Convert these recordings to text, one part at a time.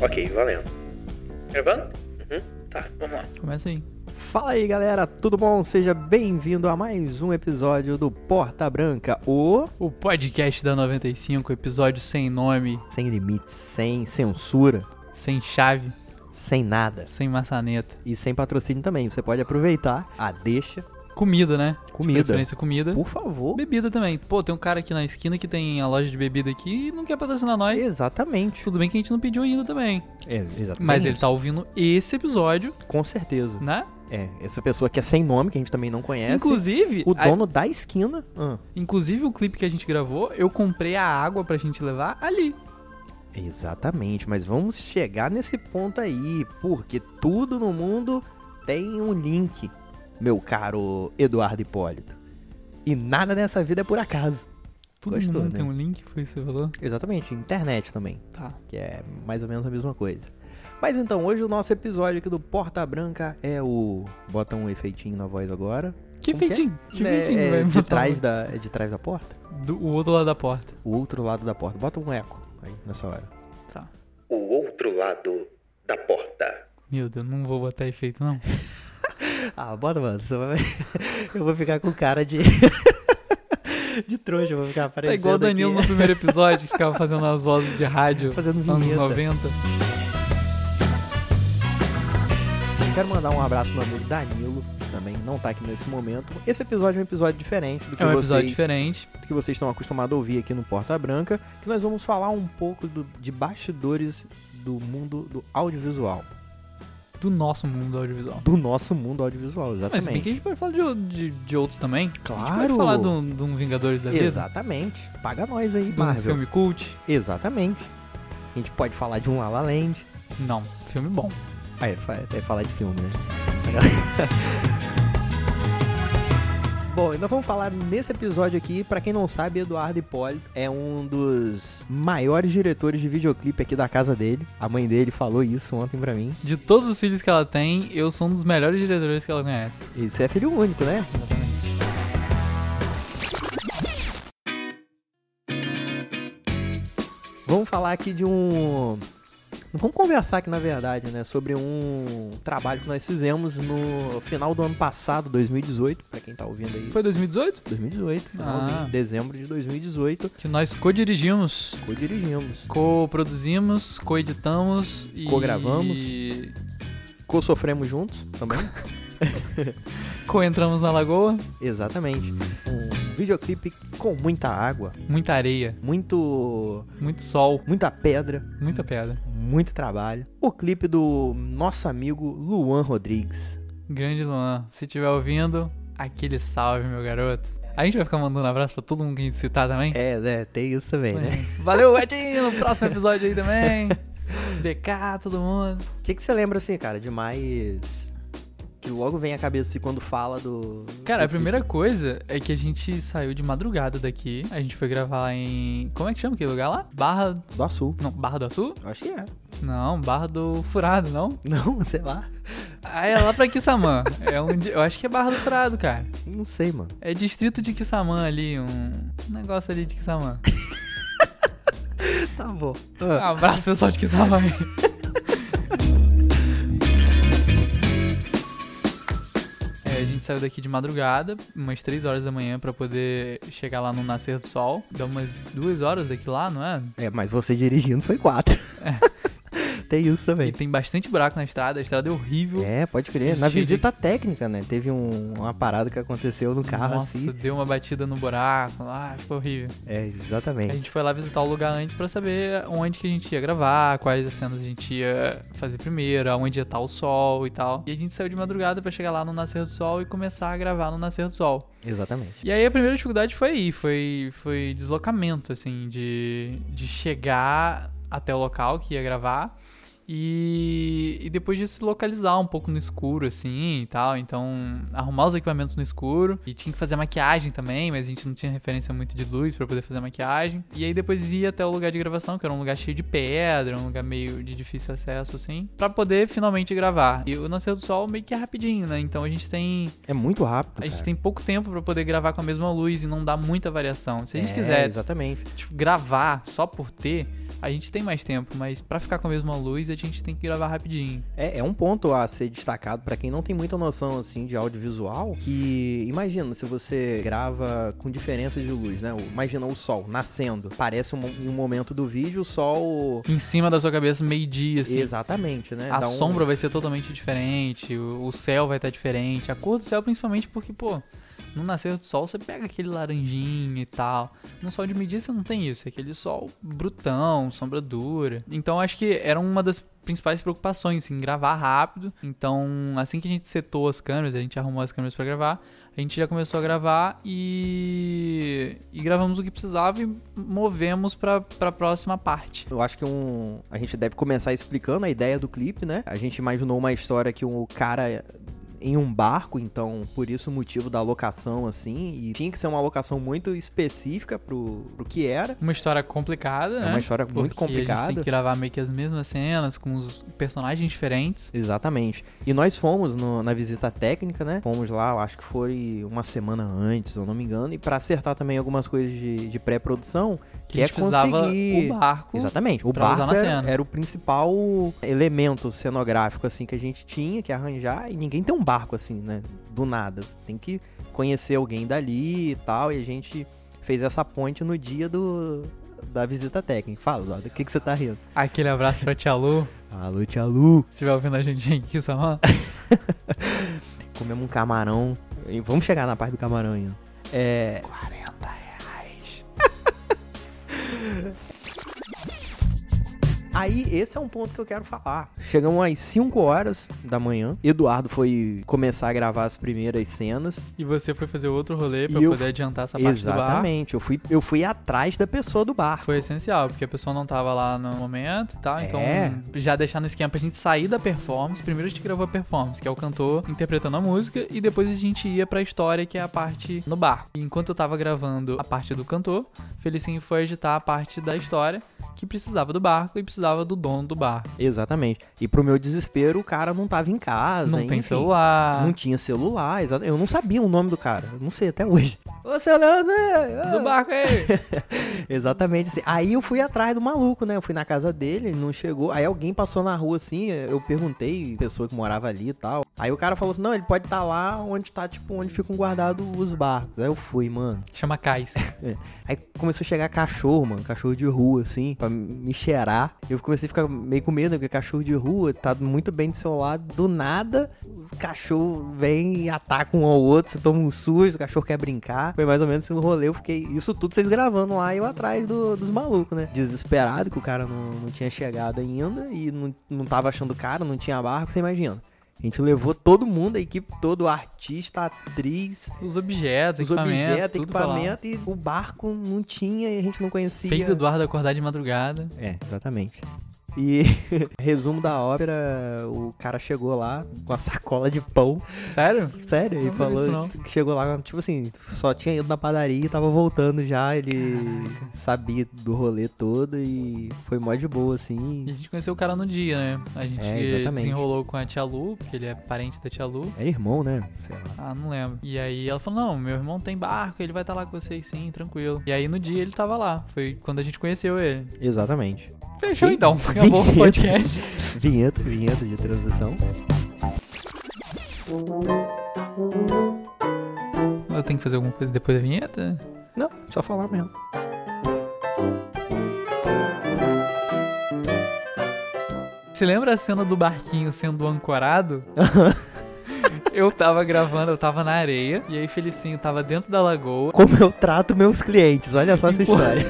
Ok, valendo. Gravando? Uhum. Tá, vamos lá. Começa aí. Fala aí galera, tudo bom? Seja bem-vindo a mais um episódio do Porta Branca, o O podcast da 95, episódio sem nome, sem limites, sem censura, sem chave, sem nada sem maçaneta. e sem patrocínio também. Você pode aproveitar a deixa, Comida, né? De comida, preferência, comida. por favor. Bebida também. Pô, tem um cara aqui na esquina que tem a loja de bebida aqui e não quer patrocinar nós. Exatamente. Tudo bem que a gente não pediu ainda também. É, exatamente. Mas ele tá ouvindo esse episódio, Com certeza. né? É, essa pessoa que é sem nome, que a gente também não conhece. inclusive, o a- dono da esquina. Ah, inclusive o clipe que a gente gravou, eu comprei a água pra gente levar ali. exatamente, mas vamos chegar nesse ponto aí, porque tudo no mundo tem um link, meu caro Eduardo Hipólito. E nada nessa vida é por acaso. Todo Gostou, mundo né? tem um link, foi isso que você falou? Exatamente, internet também. Tá. que é mais ou menos a mesma coisa. Mas então, hoje o nosso episódio aqui do Porta Branca é o. Bota um efeitinho na voz agora. Que Como que é? feitinho, que É- feitinho. é vai de, botar trás da, é de trás da porta? Do, o outro lado da porta. O outro lado da porta. Bota um eco aí nessa hora. Tá. O outro lado da porta. Meu Deus, não vou botar efeito, não. Tá Ah, bota, mano. você vai- Eu vou ficar com cara de. de trouxa, eu vou ficar Tá aparecendo. igual o Danilo no aqui, primeiro episódio, que ficava fazendo as vozes de rádio fazendo anos vinheta. 90. Quero mandar um abraço pro meu amigo Danilo, que também não tá aqui nesse momento. Esse episódio é um episódio diferente do que É um vocês... episódio diferente. que vocês estão acostumados a ouvir aqui no Porta Branca, que nós vamos falar um pouco do- de bastidores do mundo do audiovisual. do nosso mundo audiovisual. Do nosso mundo audiovisual, Mas se bem que exatamente. a gente pode falar de, de, de outros também. A gente pode Claro! falar de um, de um Vingadores da Vida. Exatamente. Paga nós aí, De um Marvel. filme cult. Exatamente. A gente pode falar de um La La Land. Não, filme bom. Ah, é, fa- é falar de filme, né? Bom, e nós vamos falar nesse episódio aqui, pra quem não sabe, Eduardo Hipólito é um dos maiores diretores de videoclipe aqui da casa dele. A mãe dele falou isso ontem pra mim. De todos os filhos que ela tem, eu sou um dos melhores diretores que ela conhece. E você é filho único, né? Vamos falar aqui de um. Vamos conversar aqui, na verdade, né? Sobre um trabalho que nós fizemos no final do ano passado, 2018, pra quem tá ouvindo aí. Foi 2018 2018, final Ah. de dezembro de 2018, que nós co-dirigimos, co-dirigimos, co-produzimos, co-editamos e... Co-gravamos. e co-sofremos juntos também. Co-entramos na lagoa. Exatamente. Um videoclipe com muita água, Muita areia, muito, muito sol, muita pedra, muita pedra. muito trabalho. O clipe do nosso amigo Luan Rodrigues. Grande Luan, se estiver ouvindo, aquele salve, meu garoto. A gente vai ficar mandando abraço pra todo mundo que a gente citar também. É, né? Tem isso também, né? Valeu, Edinho! No próximo episódio aí também. DK, todo mundo. O que, que você lembra, assim, cara, de mais. Que logo vem à cabeça assim, quando fala do. Cara, a do- primeira coisa é que a gente saiu de madrugada daqui. A gente foi gravar em. Como é que chama aquele lugar lá? Barra. Do Açul. Não, Barra do Açu? Eu acho que é. Não, Barra do Furado, não? Não, sei lá. Ah, é lá pra Kissamã. É onde. Eu acho que é Barra do Furado, cara. Não sei, mano. É distrito de Kissamã ali, um negócio ali de Kissamã. Tá bom. Um Ah, abraço, pessoal de Kissamã. aí. É, a gente saiu daqui de madrugada, umas 3 horas da manhã, pra poder chegar lá no nascer do sol. Dá umas 2 horas daqui lá, não é? É, mas você dirigindo foi quatro. Tem isso E também. tem bastante buraco na estrada, a estrada é horrível. É, pode crer. Ele Na chega- visita técnica, né? Teve um- uma parada que aconteceu no carro, Nossa, assim. deu uma batida no buraco, lá, ficou horrível. É, A exatamente. gente foi lá visitar o lugar antes pra saber onde que a gente ia gravar, quais as cenas a gente ia fazer primeiro, aonde ia estar o sol e tal. E a gente saiu de madrugada pra chegar lá no nascer do sol e começar a gravar no nascer do sol. Exatamente. E aí a primeira dificuldade foi aí, foi, foi deslocamento, assim, de, de chegar até o local que ia gravar e, e depois de se localizar um pouco no escuro, assim, e tal. Então, arrumar os equipamentos no escuro e tinha que fazer a maquiagem também, mas a gente não tinha referência muito de luz pra poder fazer a maquiagem. E aí depois ia até o lugar de gravação, que era um lugar cheio de pedra, um lugar meio de difícil acesso, assim, pra poder finalmente gravar. E o Nascer do Sol meio que é rapidinho, né? Então a gente tem É muito rápido. a gente cara. tem pouco tempo pra poder gravar com a mesma luz e não dá muita variação. Se a gente É, quiser Exatamente. tipo, gravar só por ter, a gente tem mais tempo, mas pra ficar com a mesma luz a a gente tem que gravar rapidinho. É, é um ponto a ser destacado pra quem não tem muita noção assim de audiovisual, que imagina se você grava com diferença de luz, né? O- Imagina o sol nascendo, parece um, em um momento do vídeo o sol Em cima da sua cabeça, meio-dia, assim. exatamente, né? A Dá um- sombra vai ser totalmente diferente, o o céu vai estar diferente, a cor do céu principalmente porque, pô, no nascer do sol você pega aquele laranjinho e tal. No sol de meio-dia você não tem isso, é aquele sol brutão, sombra dura. Então acho que era uma das principais preocupações, assim, gravar rápido. Então, assim que a gente setou as câmeras, a gente arrumou as câmeras pra gravar, a gente já começou a gravar e e gravamos o que precisava e movemos pra pra próxima parte. Eu acho que um. A gente deve começar explicando a ideia do clipe, né? A gente imaginou uma história que um cara em um barco, então por isso o motivo da locação, assim, e tinha que ser uma locação muito específica pro, pro que era. Uma história complicada, É né? uma história muito Porque A gente tem complicada. que gravar meio que as mesmas cenas, com os personagens diferentes. Exatamente. E nós fomos no- na visita técnica, né? Fomos lá, eu acho que foi uma semana antes, se eu não me engano, e pra acertar também algumas coisas de, de pré-produção, Que, que a é gente precisava conseguir... o barco. Exatamente. O pra usar barco na era, cena. era o principal elemento cenográfico, assim, que a gente tinha que arranjar. E ninguém tem um barco, assim, né? Do nada. Você tem que conhecer alguém dali e tal. E a gente fez essa ponte no dia do... Da visita técnica. Fala, Zoda, do que, que você tá rindo? Aquele abraço pra Tia Lu. Alô, tia Lu. Se estiver ouvindo a gente aqui, Samar. Comemos um camarão. E Vamos chegar na parte do camarão ainda. É, 40 reais. Aí, esse é um ponto que eu quero falar. Chegamos às 5 horas da manhã. Eduardo foi começar a gravar as primeiras cenas. E você foi fazer outro rolê pra E eu poder adiantar essa parte do barco. Exatamente. Eu fui, eu fui atrás da pessoa do bar. Tá Foi essencial, porque a pessoa não tava lá no momento, tá? Então, É. já deixar no esquema pra gente sair da performance. Primeiro a gente gravou a performance, que é o cantor interpretando a música, e depois a gente ia pra história, que é a parte no barco. E enquanto eu tava gravando a parte do cantor, Felicinho foi editar a parte da história, que precisava do barco e precisava do dono do barco. Exatamente. E pro meu desespero, o cara não tava em casa. não enfim. tem celular. Não tinha celular, exa- eu não sabia o nome do cara, eu não sei até hoje. Ô, seu Leandro! é, Do é. barco aí! Exatamente assim. Aí eu fui atrás do maluco, né? Eu fui na casa dele, ele não chegou. Aí alguém passou na rua assim, eu perguntei, pessoa que morava ali e tal. Aí o cara falou assim: não, ele pode estar lá onde tá, tipo, onde ficam guardados os barcos. Aí eu fui, mano. Chama Cais. Aí começou a chegar cachorro, mano, cachorro de rua, assim, pra me cheirar. Eu comecei a ficar meio com medo, né, porque cachorro de rua tá muito bem do seu lado. Do nada, os cachorros vêm e atacam um ao outro, você toma um susto, o cachorro quer brincar. Foi mais ou menos esse rolê, eu fiquei... Isso tudo vocês gravando lá, e eu atrás do- dos malucos, né? Desesperado, que o cara não, não tinha chegado ainda, e não, não tava achando o cara, não tinha barco, você imagina. A gente levou todo mundo, a equipe toda, artista, atriz, Os objetos, os equipamentos. objetos, tudo pra lá. equipamento e o barco não tinha e a gente não conhecia. Fez Eduardo acordar de madrugada. É, exatamente. E resumo da ópera, o cara chegou lá com a sacola de pão, Sério? sério, Não e vi falou isso, não. que chegou lá, tipo assim, só tinha ido na padaria e tava voltando já, ele sabia do rolê todo e foi mó de boa, assim. E a gente conheceu o cara no dia, né? A gente É, exatamente. desenrolou com a tia Lu, porque ele é parente da tia Lu. Era irmão, né? Sei lá. Ah, não lembro. E aí ela falou: Não, meu irmão tem barco, ele vai estar lá com vocês sim, tranquilo. E aí no dia ele tava lá. Foi quando a gente conheceu ele. Exatamente. Fechou Vi- então, acabou o podcast. Vinheta, vinheta de transição. Eu tenho que fazer alguma coisa depois da vinheta? Não, só falar mesmo. Você lembra a cena do barquinho sendo ancorado? eu tava gravando, eu tava na areia. E aí Felicinho tava dentro da lagoa. Como eu trato meus clientes, olha só essa Enquanto- história.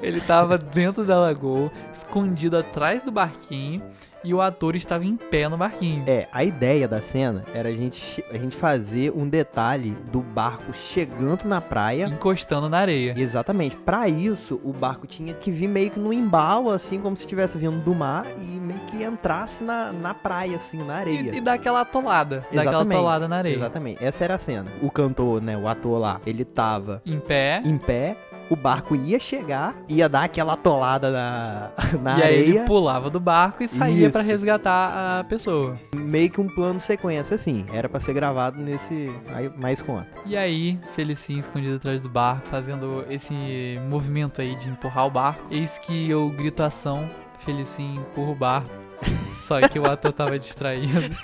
Ele tava dentro da lagoa, escondido atrás do barquinho, e o ator estava em pé no barquinho. É, a ideia da cena era a gente, che- a gente fazer um detalhe do barco chegando na praia. Encostando na areia. Exatamente. Pra isso, o barco tinha que vir meio que no embalo, assim, como se estivesse vindo do mar e meio que entrasse na, na praia, assim, na areia. E, e dá aquela atolada. Dá aquela Exatamente. atolada na areia. Exatamente. Essa era a cena. O cantor, né, o ator lá, ele tava Em pé. em pé, o barco ia chegar, ia dar aquela atolada na, na e aí areia. ele pulava do barco e saía Isso. pra resgatar a pessoa. Meio que um plano sequência, assim. Era pra ser gravado nesse. Aí, mais conta. E aí, Felicinho escondido atrás do barco, fazendo esse movimento aí de empurrar o barco. Eis que eu grito ação. Felicinho empurra o barco. Só que o ator tava distraído.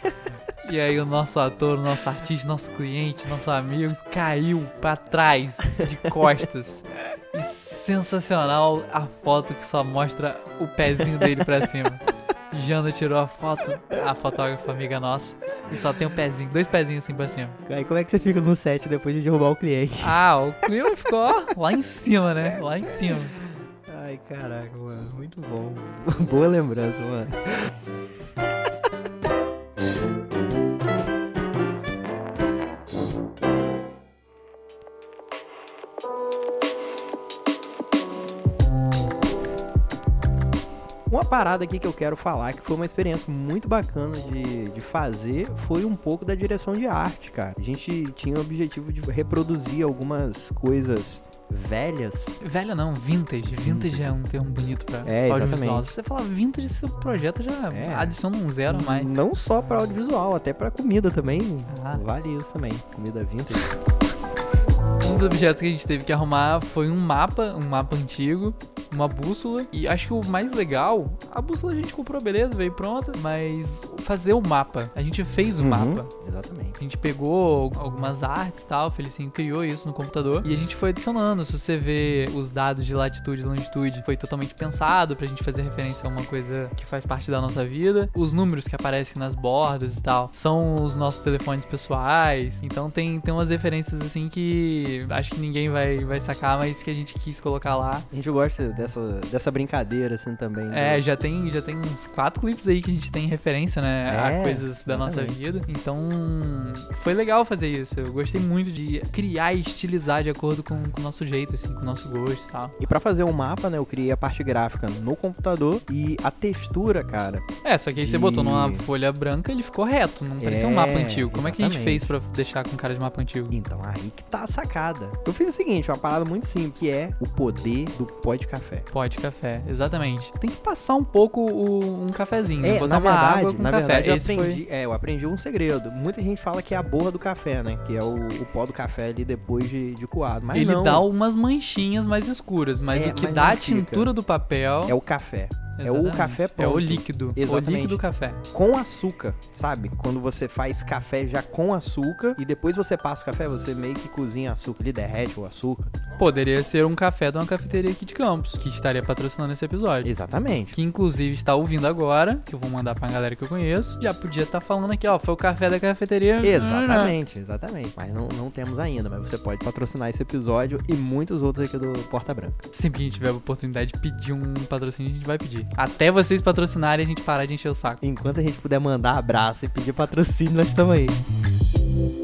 E aí o nosso ator, o nosso artista, nosso cliente, nosso amigo caiu pra trás de costas. E sensacional a foto que só mostra o pezinho dele pra cima. Jana tirou a foto, a fotógrafa amiga nossa, e só tem um pezinho, dois pezinhos assim pra cima. Aí como é que você fica no set depois de derrubar o cliente? Ah, o clima ficou lá em cima, né? Lá em cima. Ai, caraca, mano. Muito bom. Boa lembrança, mano. Uma parada aqui que eu quero falar, que foi uma experiência muito bacana de, de fazer, foi um pouco da direção de arte, cara. A gente tinha o objetivo de reproduzir algumas coisas velhas. Velha não, vintage. Vintage é um termo bonito pra É, audiovisual. exatamente. Se você falar vintage, seu projeto já É. adiciona um zero a mais. Não só pra audiovisual, até pra comida também. Ah. Vale isso também. Comida vintage. Um dos objetos que a gente teve que arrumar foi um mapa, um mapa antigo, uma bússola. E acho que o mais legal, a bússola a gente comprou, beleza, veio pronta, mas fazer o mapa. A gente fez o Uhum. mapa. Exatamente. A gente pegou algumas artes e tal, o Felicinho criou isso no computador e a gente foi adicionando. Se você vê os dados de latitude e longitude, foi totalmente pensado pra gente fazer referência a uma coisa que faz parte da nossa vida. Os números que aparecem nas bordas e tal são os nossos telefones pessoais. Então tem, tem umas referências assim que acho que ninguém vai, vai sacar, mas que a gente quis colocar lá. A gente gosta dessa, dessa brincadeira, assim, também. É, né? já tem, já tem uns quatro clipes aí que a gente tem referência, né? É, a coisas da nossa exatamente. vida. Então, foi legal fazer isso. Eu gostei muito de criar e estilizar de acordo com com o nosso jeito, assim, com o nosso gosto e tal. E pra fazer o mapa, né, eu criei a parte gráfica no computador e a textura, cara. É, só que aí você E- botou numa folha branca, ele ficou reto, não parecia um É, mapa antigo. Como é que a gente exatamente. fez pra deixar com cara de mapa antigo? Então aí que tá a sacada. Eu fiz o seguinte, uma parada muito simples, que é o poder do pó de café. Pode café, exatamente. Tem que passar um pouco o- um cafezinho, né? É, botar na uma verdade, água com na café. verdade eu Esse aprendi, é, eu aprendi um segredo. Muita gente fala que é a borra do café, né? Que é o, o pó do café ali depois de, de coado. Mas ele não, dá umas manchinhas mais escuras, mas É, o que mas dá não a tintura do papel é o café. É o Exatamente. café É o pronto. líquido. Exatamente. O líquido café. Com açúcar, sabe? Quando você faz café já com açúcar e depois você passa o café, você meio que cozinha açúcar, ele derrete o açúcar. Poderia ser um café de uma cafeteria aqui de Campos, que estaria patrocinando esse episódio. Exatamente. Que inclusive está ouvindo agora, que eu vou mandar pra galera que eu conheço. Já podia estar falando aqui, ó, foi o café da cafeteria. Exatamente, exatamente. Mas não, não temos ainda, mas você pode patrocinar esse episódio e muitos outros aqui do Porta Branca. Sempre que a gente tiver a oportunidade de pedir um patrocínio, a gente vai pedir. Até vocês patrocinarem e a gente parar de encher o saco. Enquanto a gente puder mandar abraço e pedir patrocínio, nós estamos aí.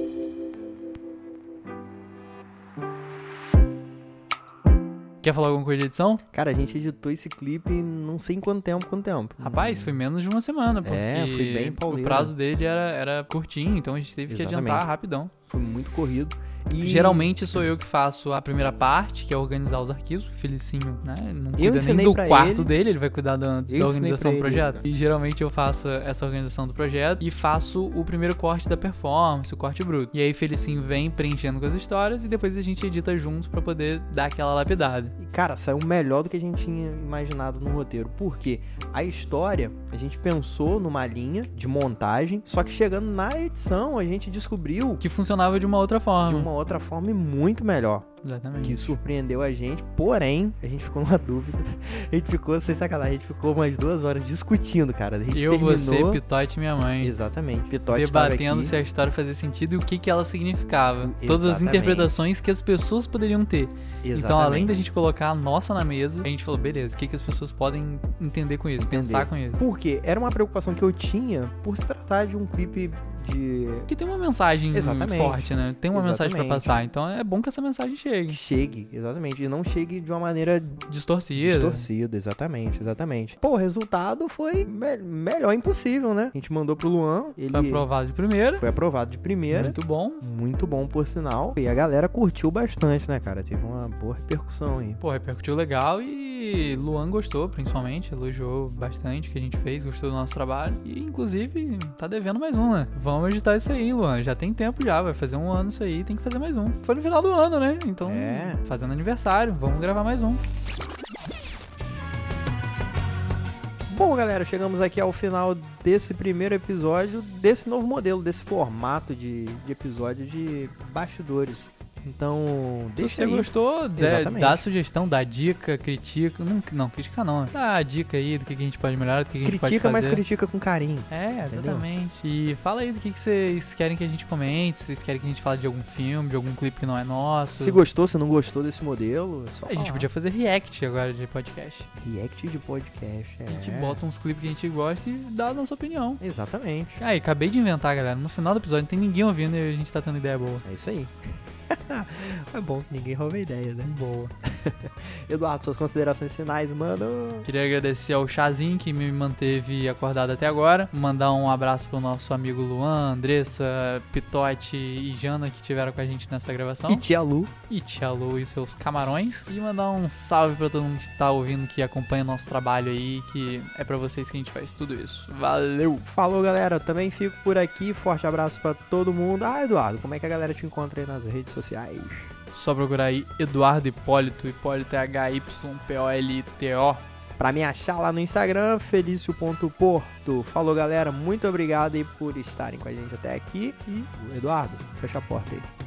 Quer falar alguma coisa de edição? Cara, a gente editou esse clipe em não sei em quanto tempo, quanto tempo. Rapaz, foi menos de uma semana, porque Hum. É, fui bem o pauleira. prazo dele era, era curtinho, então a gente teve que adiantar Exatamente. rapidão. Foi muito corrido. E Geralmente sou eu que faço a primeira parte, que é organizar os arquivos. O Felicinho, né? Não cuida nem ensinei do pra quarto ele. dele, ele vai cuidar da, da ensinei organização pra do ele isso, projeto. cara. E geralmente eu faço essa organização do projeto e faço o primeiro corte da performance, o corte bruto. E aí Felicinho vem preenchendo com as histórias e depois a gente edita junto pra poder dar aquela lapidada. E, Cara, saiu melhor do que a gente tinha imaginado no roteiro. Por quê? A história, a gente pensou numa linha de montagem, só que chegando na edição, a gente descobriu Que funcionava de uma outra forma. de uma outra forma e muito melhor. Exatamente. Que surpreendeu a gente, porém, a gente ficou numa dúvida. A gente ficou, sem sacanagem, a gente ficou umas duas horas discutindo, cara. A gente Eu, terminou. você, Pitote e minha mãe. Exatamente. Pitote estava debatendo aqui. se é- a história fazia sentido e o que, que ela significava. Todas as Exatamente. interpretações que as pessoas poderiam ter. Então, além Exatamente. da gente colocar a nossa na mesa, a gente falou, beleza, o que, que as pessoas podem entender com isso, Entender. pensar com isso. Porque era uma preocupação que eu tinha por se tratar de um clipe de Porque tem uma mensagem Exatamente. forte, né? Tem uma mensagem pra Exatamente. passar. Então é bom que essa mensagem chegue. chegue, exatamente, e não chegue de uma maneira Distorcida. distorcida, exatamente, exatamente. Pô, o resultado foi me- melhor impossível, né? A gente mandou pro Luan, ele Foi Tá aprovado Uhum. de primeira. foi aprovado de primeira. Muito bom. Muito bom, por sinal. E a galera curtiu bastante, né, cara? Teve uma boa repercussão aí. Pô, repercutiu legal e Luan gostou, principalmente. Elogiou bastante o que a gente fez, gostou do nosso trabalho. E, inclusive, tá devendo mais um, né? Vamos editar isso aí, Luan. Já tem tempo já, vai fazer um ano isso aí, tem que fazer mais um. Foi no final do ano, né? Então, É. fazendo aniversário, vamos gravar mais um. Bom, galera, chegamos aqui ao final desse primeiro episódio, desse novo modelo, desse formato de, de episódio de bastidores. Então, Se deixa você aí. gostou, dê, Exatamente. dá sugestão, dá dica, critica. Não, não, critica não. Dá a dica aí do que, que a gente pode melhorar, do que, que a gente pode Critica, fazer. mas critica com carinho. É, Entendeu? exatamente. E fala aí do que, que vocês querem que a gente comente, se vocês querem que a gente fale de algum filme, de algum clipe que não é nosso. Se gostou, se não gostou desse modelo, é só a gente falar. podia fazer react agora de podcast. React de podcast, é. A gente bota uns clipes que a gente gosta e dá a nossa opinião. Exatamente. Aí, acabei de inventar, galera. No final do episódio não tem ninguém ouvindo e a gente tá tendo ideia boa. É isso aí. é bom que ninguém rouba ideia, né? Boa. Eduardo, suas considerações finais, mano. Queria agradecer ao Chazinho que me manteve acordado até agora. Mandar um abraço pro nosso amigo Luan, Andressa, Pitote e Jana que tiveram com a gente nessa gravação. E tia Lu. E tia Lu e seus camarões. E mandar um salve pra todo mundo que tá ouvindo, que acompanha o nosso trabalho aí, que é pra vocês que a gente faz tudo isso. Valeu! Falou, galera. Também fico por aqui. Forte abraço pra todo mundo. Ah, Eduardo, como é que a galera te encontra aí nas redes sociais? Só procurar aí Eduardo Hipólito, Hipólito é H-Y-P-O-L-I-T-O. Pra me achar lá no Instagram, felício.porto. Falou, galera. Muito obrigado aí por estarem com a gente até aqui. E, Eduardo, fecha a porta aí.